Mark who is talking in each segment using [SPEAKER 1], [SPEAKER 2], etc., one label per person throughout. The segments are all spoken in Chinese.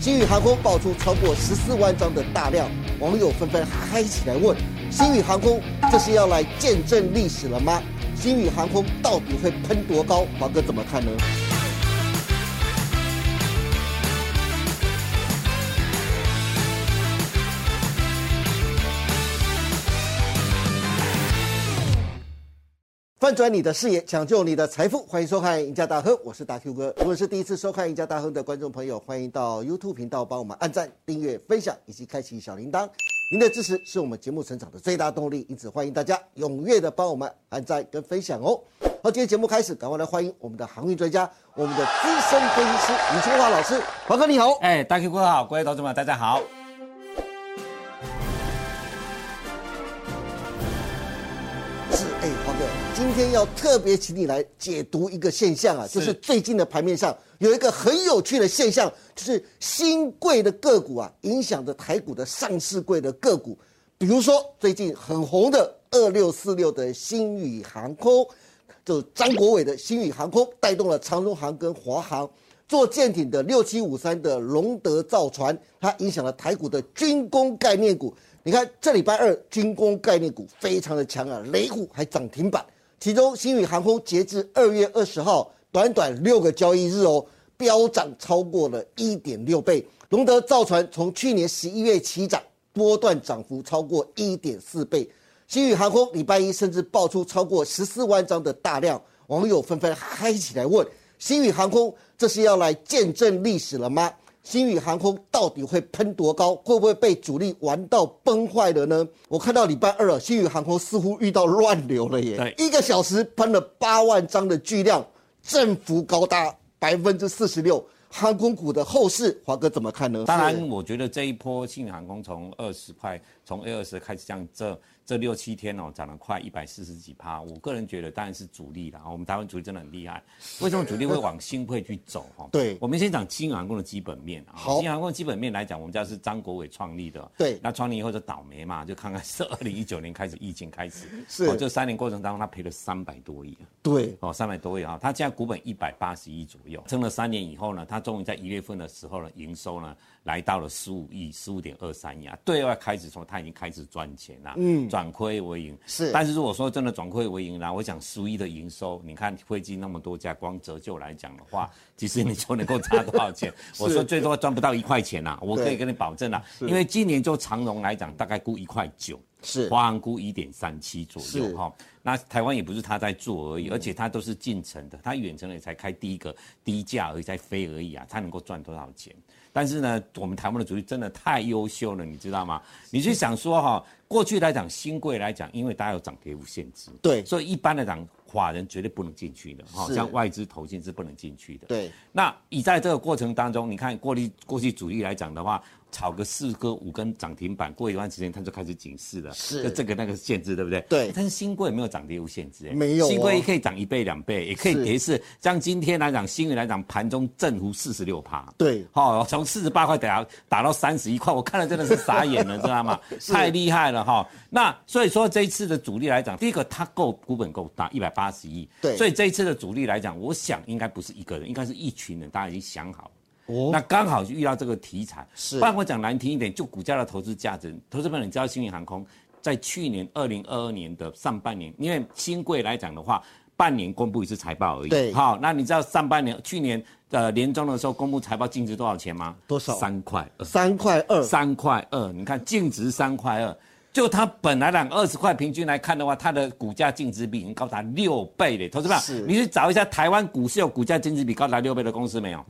[SPEAKER 1] 星宇航空爆出超过十四万张的大量，网友纷纷嗨起来问：星宇航空这是要来见证历史了吗？星宇航空到底会喷多高？华哥怎么看呢？翻转你的视野，抢救你的财富，欢迎收看《赢家大亨》，我是大 Q 哥。如果是第一次收看《赢家大亨》的观众朋友，欢迎到 YouTube 频道帮我们按赞、订阅、分享以及开启小铃铛。您的支持是我们节目成长的最大动力，因此欢迎大家踊跃的帮我们按赞跟分享哦。好，今天节目开始，赶快来欢迎我们的航运专家、我们的资深分析师李清华老师。华哥你好，
[SPEAKER 2] 哎，大 Q 哥好，各位投资者们大家好。
[SPEAKER 1] 是哎，华哥，今天要特别请你来解读一个现象啊，就是最近的盘面上有一个很有趣的现象，就是新贵的个股啊，影响着台股的上市贵的个股，比如说最近很红的二六四六的新宇航空，就张国伟的新宇航空带动了长荣航跟华航。做舰艇的六七五三的龙德造船，它影响了台股的军工概念股。你看这礼拜二军工概念股非常的强啊，雷虎还涨停板，其中新宇航空截至二月二十号，短短六个交易日哦，飙涨超过了一点六倍。龙德造船从去年十一月起涨，波段涨幅超过一点四倍。新宇航空礼拜一甚至爆出超过十四万张的大量，网友纷纷嗨起来问：新宇航空这是要来见证历史了吗？新宇航空到底会喷多高？会不会被主力玩到崩坏了呢？我看到礼拜二啊，新宇航空似乎遇到乱流了耶
[SPEAKER 2] 对，
[SPEAKER 1] 一个小时喷了八万张的巨量，振幅高达百分之四十六。航空股的后市，华哥怎么看呢？
[SPEAKER 2] 当
[SPEAKER 1] 是
[SPEAKER 2] 然，我觉得这一波新宇航空从二十块，从 A 二十开始降，这这六七天哦，涨了快一百四十几趴。我个人觉得当然是主力啦，我们台湾主力真的很厉害。为什么主力会往新贵去走？哈，
[SPEAKER 1] 对
[SPEAKER 2] 我们先讲新宇航空的基本面啊。
[SPEAKER 1] 好
[SPEAKER 2] 新宇航空的基本面来讲，我们家是张国伟创立的，
[SPEAKER 1] 对
[SPEAKER 2] 那创立以后就倒霉嘛，就看看是二零一九年开始疫情开始，
[SPEAKER 1] 是
[SPEAKER 2] 哦这三年过程当中，他赔了三百多亿啊。
[SPEAKER 1] 对，
[SPEAKER 2] 哦，三百多亿啊，它现在股本一百八十亿左右，撑了三年以后呢，它终于在一月份的时候呢，营收呢来到了十五亿，十五点二三亿啊，对外开始说它已经开始赚钱啦，嗯，转亏为盈
[SPEAKER 1] 是
[SPEAKER 2] 但是如果说真的转亏为盈啦，我想十五亿的营收，你看汇金那么多家，光折旧来讲的话，其实你就能够差多 少钱？我说最多赚不到一块钱啦，我可
[SPEAKER 1] 对
[SPEAKER 2] 以跟你保证啦，因为今年就长荣来讲，大概估一块九。
[SPEAKER 1] 是
[SPEAKER 2] 华航估一点三七左
[SPEAKER 1] 是
[SPEAKER 2] 右哈、那台湾也不是他在做而已，而且它都是近程的，它远程的也才开第一个低价而已，才飞而已啊，它能够赚多少钱？但是呢，我们台湾的主力真的太优秀了，你知道吗？你去想说哈、过去来讲新贵来讲，因为大家有涨跌幅限制，
[SPEAKER 1] 对
[SPEAKER 2] 所以一般来讲法人绝对不能进去的哈、
[SPEAKER 1] 是
[SPEAKER 2] 像外资投信是不能进去的。
[SPEAKER 1] 对，
[SPEAKER 2] 那以在这个过程当中，你看过去过去主力来讲的话，炒个四个五根涨停板，过一段时间它就开始警示了，
[SPEAKER 1] 是
[SPEAKER 2] 就这个那个限制，对不对？
[SPEAKER 1] 对
[SPEAKER 2] 但是新贵没有涨跌无限制、欸，
[SPEAKER 1] 没有哦
[SPEAKER 2] 新贵可以涨一倍两倍，也可以
[SPEAKER 1] 是
[SPEAKER 2] 跌是像今天来讲，新宇来讲盘中振幅四十六趴，
[SPEAKER 1] 对
[SPEAKER 2] 好、从四十八块打打到三十一块，我看了真的是傻 眼了，知道吗？太厉害了哈、那所以说这一次的主力来讲，第一个它够股本够大，一百八十亿，
[SPEAKER 1] 对
[SPEAKER 2] 所以这一次的主力来讲，我想应该不是一个人，应该是一群人，大家已经想好了。
[SPEAKER 1] 哦
[SPEAKER 2] 那刚好就遇到这个题材，
[SPEAKER 1] 是
[SPEAKER 2] 不然我讲难听一点，就股价的投资价值，投资朋友，你知道新宇航空在去年二零二二年的上半年，因为新贵来讲的话，半年公布一次财报而已。
[SPEAKER 1] 对
[SPEAKER 2] 好，那你知道上半年去年呃年终的时候公布财报净值多少钱吗？
[SPEAKER 1] 多少
[SPEAKER 2] 三块呃二，
[SPEAKER 1] 三块二，
[SPEAKER 2] 三块二，你看净值三块二。就它本来两二十块平均来看的话，它的股价净值比已经高达六倍嘞，投资
[SPEAKER 1] 是
[SPEAKER 2] 们，你去找一下台湾股市有股价净值比高达六倍的公司没有？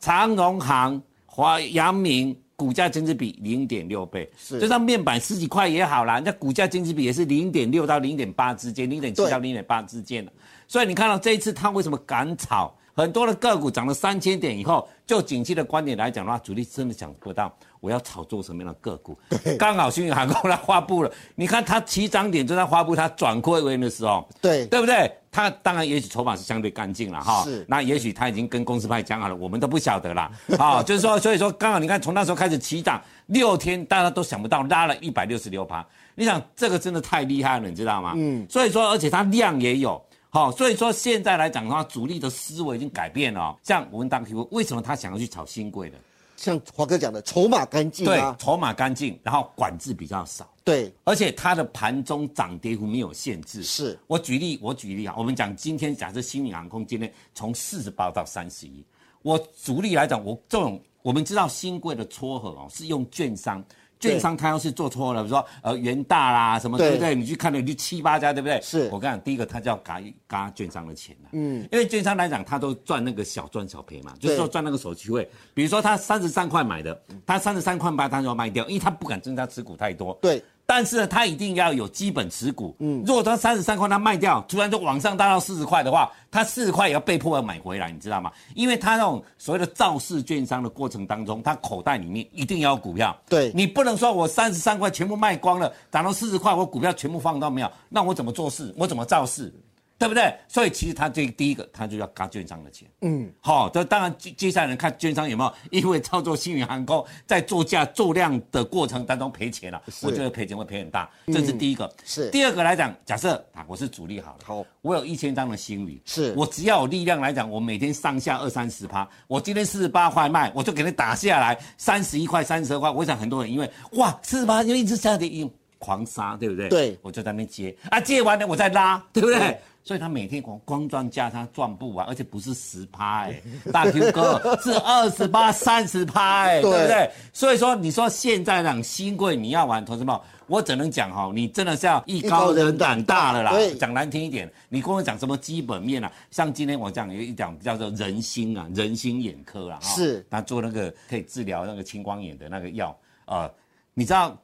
[SPEAKER 2] 长荣行、华阳明股价净值比零点六倍，
[SPEAKER 1] 是
[SPEAKER 2] 就算面板十几块也好啦，那股价净值比也是零点六到零点八之间，零点七
[SPEAKER 1] 对
[SPEAKER 2] 到零点八之间的。所以你看到这一次它为什么敢炒？很多的个股涨了三千点以后，就景气的观点来讲的话，主力真的想不到我要炒作什么样的个股。刚好新宇航空它发布了，你看它起涨点就在发布它转亏为盈的时候，
[SPEAKER 1] 对
[SPEAKER 2] 对不对？它当然也许筹码是相对干净了哈，
[SPEAKER 1] 是
[SPEAKER 2] 那也许他已经跟公司派讲好了，我们都不晓得啦。 啊、就是说，所以说刚好你看从那时候开始起涨六天，大家都想不到拉了一百六十六趴，你想这个真的太厉害了，你知道吗？嗯，所以说而且它量也有。好、所以说现在来讲的话，主力的思维已经改变了哦、像我问大 Q，为什么他想要去炒新贵的？
[SPEAKER 1] 像华哥讲的，筹码干净
[SPEAKER 2] 对
[SPEAKER 1] 啊，，
[SPEAKER 2] 筹码干净，然后管制比较少。
[SPEAKER 1] 对，
[SPEAKER 2] 而且它的盘中涨跌幅没有限制。
[SPEAKER 1] 是
[SPEAKER 2] 我举例，我举例啊，我们讲今天假设新宇航空今天从四十八到三十一，我主力来讲，我这种我们知道新贵的撮合哦，是用券商。
[SPEAKER 1] 对
[SPEAKER 2] 券商他要是做错了，比如说呃元大啦什么，
[SPEAKER 1] 对
[SPEAKER 2] 对不对？你去看了，你就七八家，对不对？
[SPEAKER 1] 是
[SPEAKER 2] 我跟你讲，第一个他就要嘎嘎券商的钱了、嗯，因为券商来讲，他都赚那个小赚小赔嘛，就是
[SPEAKER 1] 对
[SPEAKER 2] 说赚那个手续费。比如说他三十三块买的，他三十三块八，他就要卖掉，因为他不敢增加持股太多。
[SPEAKER 1] 对
[SPEAKER 2] 但是呢，他一定要有基本持股。嗯，如果他三十三块他卖掉，突然就往上搭到四十块的话，他四十块也要被迫要买回来，你知道吗？因为他那种所谓的造势券商的过程当中，他口袋里面一定要有股票。
[SPEAKER 1] 对
[SPEAKER 2] 你不能说我三十三块全部卖光了，涨到四十块，我股票全部放到没有，那我怎么做事？我怎么造势？对不对？所以其实他这第一个，他就要嘎券商的钱。嗯，好、这当然接接下来看券商有没有因为操作新宇航空在做价做量的过程当中赔钱了、我觉得赔钱会赔很大，这是第一个。
[SPEAKER 1] 嗯是
[SPEAKER 2] 第二个来讲，假设啊，我是主力好了，
[SPEAKER 1] 好，
[SPEAKER 2] 我有一千张的新宇，
[SPEAKER 1] 是
[SPEAKER 2] 我只要有力量来讲，我每天上下二三十趴，我今天四十八块卖，我就给你打下来三十一块、三十二块。我想很多人因为哇四十八就一直下跌，一狂杀，对不对？
[SPEAKER 1] 对
[SPEAKER 2] 我就在那边接啊，接完了我再拉，对不对？
[SPEAKER 1] 对
[SPEAKER 2] 所以他每天光光赚价他赚不完，而且不是十趴哎，大 Q 哥是二十八、三十趴哎，
[SPEAKER 1] 对
[SPEAKER 2] 对不对？所以说你说现在讲新贵你要玩投资帽，我只能讲哈，你真的是要艺高人胆大了啦
[SPEAKER 1] 对。
[SPEAKER 2] 讲难听一点，你跟我讲什么基本面啊？像今天我讲有一讲叫做人心啊，人心眼科啦，哈
[SPEAKER 1] 是
[SPEAKER 2] 他做那个可以治疗那个青光眼的那个药啊、呃你知道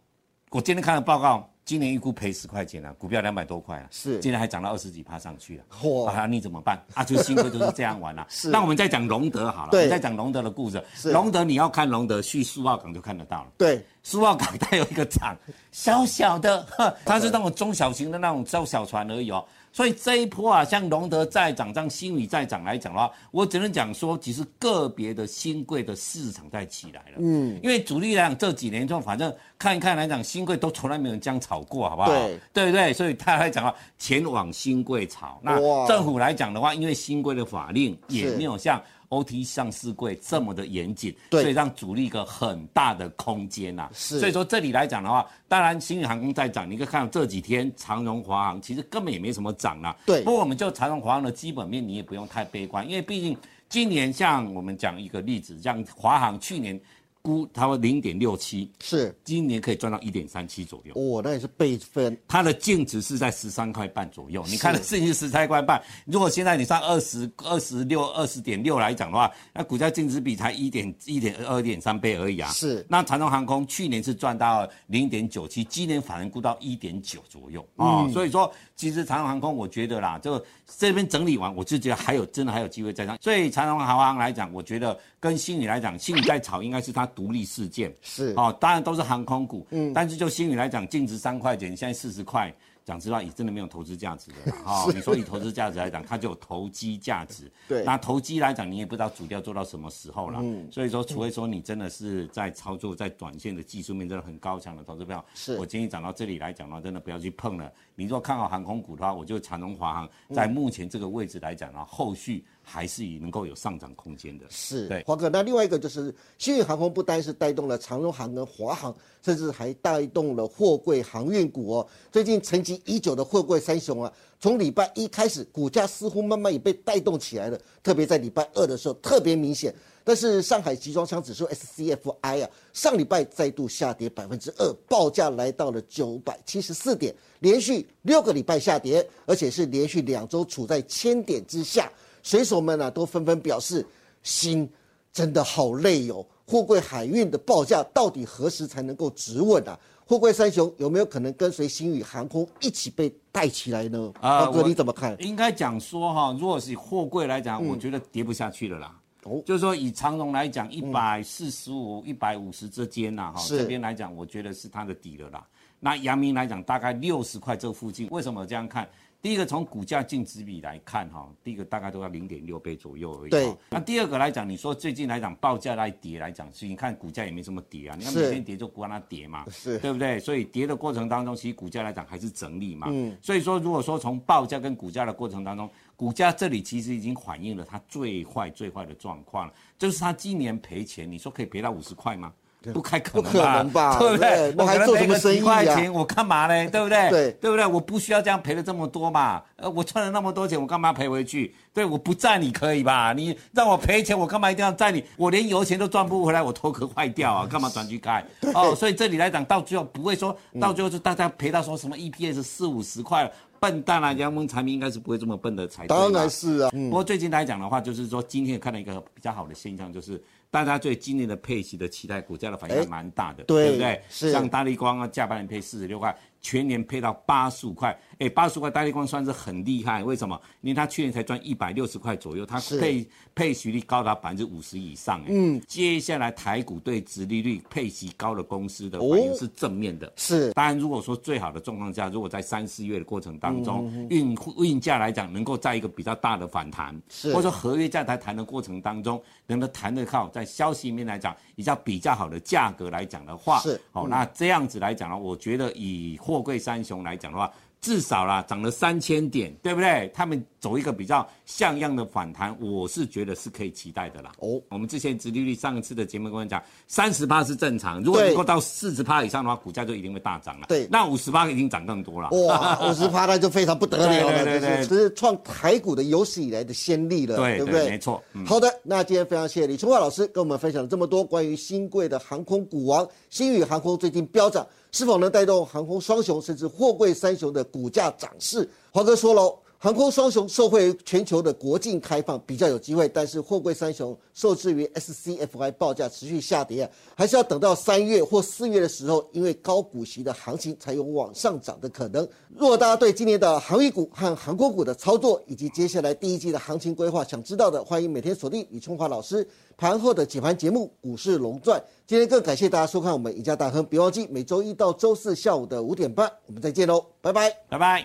[SPEAKER 2] 我今天看了报告，今年预估赔十块钱啊，股票两百多块啊，
[SPEAKER 1] 是
[SPEAKER 2] 今天还涨到二十几趴上去了。
[SPEAKER 1] 嚯
[SPEAKER 2] 啊，你怎么办？啊，就新贵就是这样玩啦、
[SPEAKER 1] 是
[SPEAKER 2] 那我们再讲隆德好了，
[SPEAKER 1] 对
[SPEAKER 2] 我们再讲隆德的故事。隆德你要看隆德，去苏澳港就看得到了。
[SPEAKER 1] 对，
[SPEAKER 2] 苏澳港它有一个厂，小小的， 呵它是那种中小型的那种艘小船而已哦。所以这一波啊，像隆德再涨，像新宇再涨来讲的话，我只能讲说，其实个别的新贵的市场在起来了。嗯，因为主力来讲这几年中，反正看一看来讲，新贵都从来没有人这样炒过，好不好？
[SPEAKER 1] 对，
[SPEAKER 2] 对不对？所以他来讲啊，前往新贵炒。那
[SPEAKER 1] 哇
[SPEAKER 2] 政府来讲的话，因为新贵的法令也
[SPEAKER 1] 是
[SPEAKER 2] 没有像 OT 上市柜这么的严谨，
[SPEAKER 1] 对
[SPEAKER 2] 所以让主力一个很大的空间呐、啊。
[SPEAKER 1] 是
[SPEAKER 2] 所以说这里来讲的话，当然新宇航空在涨，你可以看到这几天长荣、华航其实根本也没什么涨啦、
[SPEAKER 1] 对
[SPEAKER 2] 不过我们就长荣、华航的基本面，你也不用太悲观，因为毕竟今年像我们讲一个例子，像华航去年估它会零点六七，
[SPEAKER 1] 是，
[SPEAKER 2] 今年可以赚到一点三七左右。
[SPEAKER 1] 哦，那也是倍分，
[SPEAKER 2] 它的净值是在十三块半左右，
[SPEAKER 1] 是
[SPEAKER 2] 你看的市盈十三块半。如果现在你上二十二十六、二十点六来讲的话，那股价净值比才一点一点二点三倍而已啊。
[SPEAKER 1] 是
[SPEAKER 2] 那长荣航空去年是赚到零点九七，今年反而估到一点九左右
[SPEAKER 1] 嗯
[SPEAKER 2] 啊、哦所以说，其实长荣航空我觉得啦，就这边整理完，我就觉得还有真的还有机会再上。所以长荣航航来讲，我觉得跟新宇来讲，新宇在炒应该是它独立事件。
[SPEAKER 1] 是
[SPEAKER 2] 哦，当然都是航空股，嗯，但是就新宇来讲，净值三块钱，现在四十块，讲实话也真的没有投资价值 的啦。哦，你说以投资价值来讲，它就有投机价值，
[SPEAKER 1] 对
[SPEAKER 2] 那投机来讲，你也不知道主调做到什么时候啦。嗯，所以说，除非说你真的是在操作在短线的技术面真的很高强的投资票，
[SPEAKER 1] 是
[SPEAKER 2] 我建议涨到这里来讲的话，真的不要去碰了。你如果看好航空股的话，我就长荣、华航
[SPEAKER 1] 嗯
[SPEAKER 2] 在目前这个位置来讲呢，后续还是能够有上涨空间的。
[SPEAKER 1] 是
[SPEAKER 2] 对，
[SPEAKER 1] 华哥。那另外一个就是新宇航空不单是带动了长荣航跟华航，甚至还带动了货柜航运股哦。最近沉寂已久的货柜三雄啊，从礼拜一开始，股价似乎慢慢也被带动起来了，特别在礼拜二的时候特别明显。但是上海集装箱指数 SCFI 啊，上礼拜再度下跌百分之二，报价来到了九百七十四点，连续六个礼拜下跌，而且是连续两周处在千点之下。水手们啊，都纷纷表示心真的好累哦。货柜海运的报价到底何时才能够止稳啊？货柜三雄有没有可能跟随新宇航空一起被带起来呢？
[SPEAKER 2] 啊
[SPEAKER 1] 大哥
[SPEAKER 2] 我
[SPEAKER 1] 你怎么看？嗯
[SPEAKER 2] 应该讲说哈，如果是以货柜来讲，我觉得跌不下去了啦。
[SPEAKER 1] 哦嗯
[SPEAKER 2] 就是说以长荣来讲，一百四十五、一百五十之间呐，哈，
[SPEAKER 1] 是
[SPEAKER 2] 这边来讲，我觉得是它的底了啦。那阳明来讲，大概六十块这附近，为什么这样看？第一个从股价净值比来看哈，第一个大概都要零点六倍左右而已。
[SPEAKER 1] 对。
[SPEAKER 2] 那第二个来讲，你说最近来讲报价来跌来讲，是你看股价也没什么跌啊，你看
[SPEAKER 1] 是
[SPEAKER 2] 每天跌就管它跌嘛，
[SPEAKER 1] 是
[SPEAKER 2] 对不对？所以跌的过程当中，其实股价来讲还是整理嘛。嗯。所以说，如果说从报价跟股价的过程当中，股价这里其实已经反映了它最坏最坏的状况了，就是它今年赔钱，你说可以赔到五十块吗？不开可能
[SPEAKER 1] 不可能吧
[SPEAKER 2] 对不
[SPEAKER 1] 对
[SPEAKER 2] 对？
[SPEAKER 1] 那
[SPEAKER 2] 我可
[SPEAKER 1] 还
[SPEAKER 2] 能
[SPEAKER 1] 做
[SPEAKER 2] 赔
[SPEAKER 1] 什么
[SPEAKER 2] 个
[SPEAKER 1] 生
[SPEAKER 2] 几
[SPEAKER 1] 意
[SPEAKER 2] 块
[SPEAKER 1] 啊
[SPEAKER 2] 钱我干嘛 呢？对不对？
[SPEAKER 1] 对
[SPEAKER 2] 对不对？我不需要这样赔了这么多嘛，呃，我赚了那么多钱，我干嘛赔回去？对，我不债你可以吧？你让我赔钱，我干嘛一定要债你？我连油钱都赚不回来，我头壳坏 掉啊，干嘛转去开？哦，所以这里来讲，到最后不会说到最后就大家赔到说什么 EPS 四五十块了。笨蛋啊！阳光产品应该是不会这么笨的才对嘛
[SPEAKER 1] 当然是啊，
[SPEAKER 2] 不过最近来讲的话，就是说今天也看到一个比较好的现象，就是大家对今年的配息的期待，股价的反应还
[SPEAKER 1] 哎
[SPEAKER 2] 蛮大的，
[SPEAKER 1] 对
[SPEAKER 2] 不对？
[SPEAKER 1] 是
[SPEAKER 2] 像大力光啊，下半年配四十六块，全年配到八十五块，哎，八十块大力光算是很厉害，为什么？因为它去年才赚一百六十块左右，它
[SPEAKER 1] 是
[SPEAKER 2] 配配息率高达百分之五十以上，嗯，接下来台股对殖利率配息高的公司的反应
[SPEAKER 1] 哦
[SPEAKER 2] 是正面的，
[SPEAKER 1] 是
[SPEAKER 2] 当然，如果说最好的状况下，如果在三四月的过程当
[SPEAKER 1] 嗯
[SPEAKER 2] 中，运运价来讲，能够在一个比较大的反弹，
[SPEAKER 1] 是
[SPEAKER 2] 或者说合约价在谈的过程当中，能够谈得靠在消息面来讲，比较比较好的价格来讲的话，
[SPEAKER 1] 是嗯
[SPEAKER 2] 好、那这样子来讲呢，我觉得以货柜三雄来讲的话。至少啦，涨了三千点，对不对？他们走一个比较像样的反弹，我是觉得是可以期待的啦。
[SPEAKER 1] 哦，
[SPEAKER 2] 我们之前殖利率上一次的节目跟我们讲，三十趴是正常，如果
[SPEAKER 1] 对
[SPEAKER 2] 能够到四十趴以上的话，股价就一定会大涨了。
[SPEAKER 1] 对哦
[SPEAKER 2] 那五十趴已经涨更多了。
[SPEAKER 1] 哇，五十趴那就非常不得了了，
[SPEAKER 2] 对对对
[SPEAKER 1] 这是
[SPEAKER 2] 对
[SPEAKER 1] 这是创台股的有史以来的先例了，
[SPEAKER 2] 对
[SPEAKER 1] 不
[SPEAKER 2] 对
[SPEAKER 1] 对？
[SPEAKER 2] 没错嗯
[SPEAKER 1] 好的，那今天非常谢谢李春华老师跟我们分享了这么多关于新贵的航空股王新宇航空最近飙涨，是否能带动航空双雄甚至货柜三雄的股价涨势？华哥说喽。航空双雄受惠于全球的国境开放比较有机会，但是货柜三雄受制于 SCFI 报价持续下跌啊，还是要等到三月或四月的时候，因为高股息的行情才有往上涨的可能。如果大家对今年的航运股和航空股的操作，以及接下来第一季的行情规划想知道的，欢迎每天锁定李春华老师盘后的解盘节目《股市龙传》。今天更感谢大家收看我们赢家大亨，别忘记每周一到周四下午的五点半，我们再见喽，拜拜。
[SPEAKER 2] 拜拜。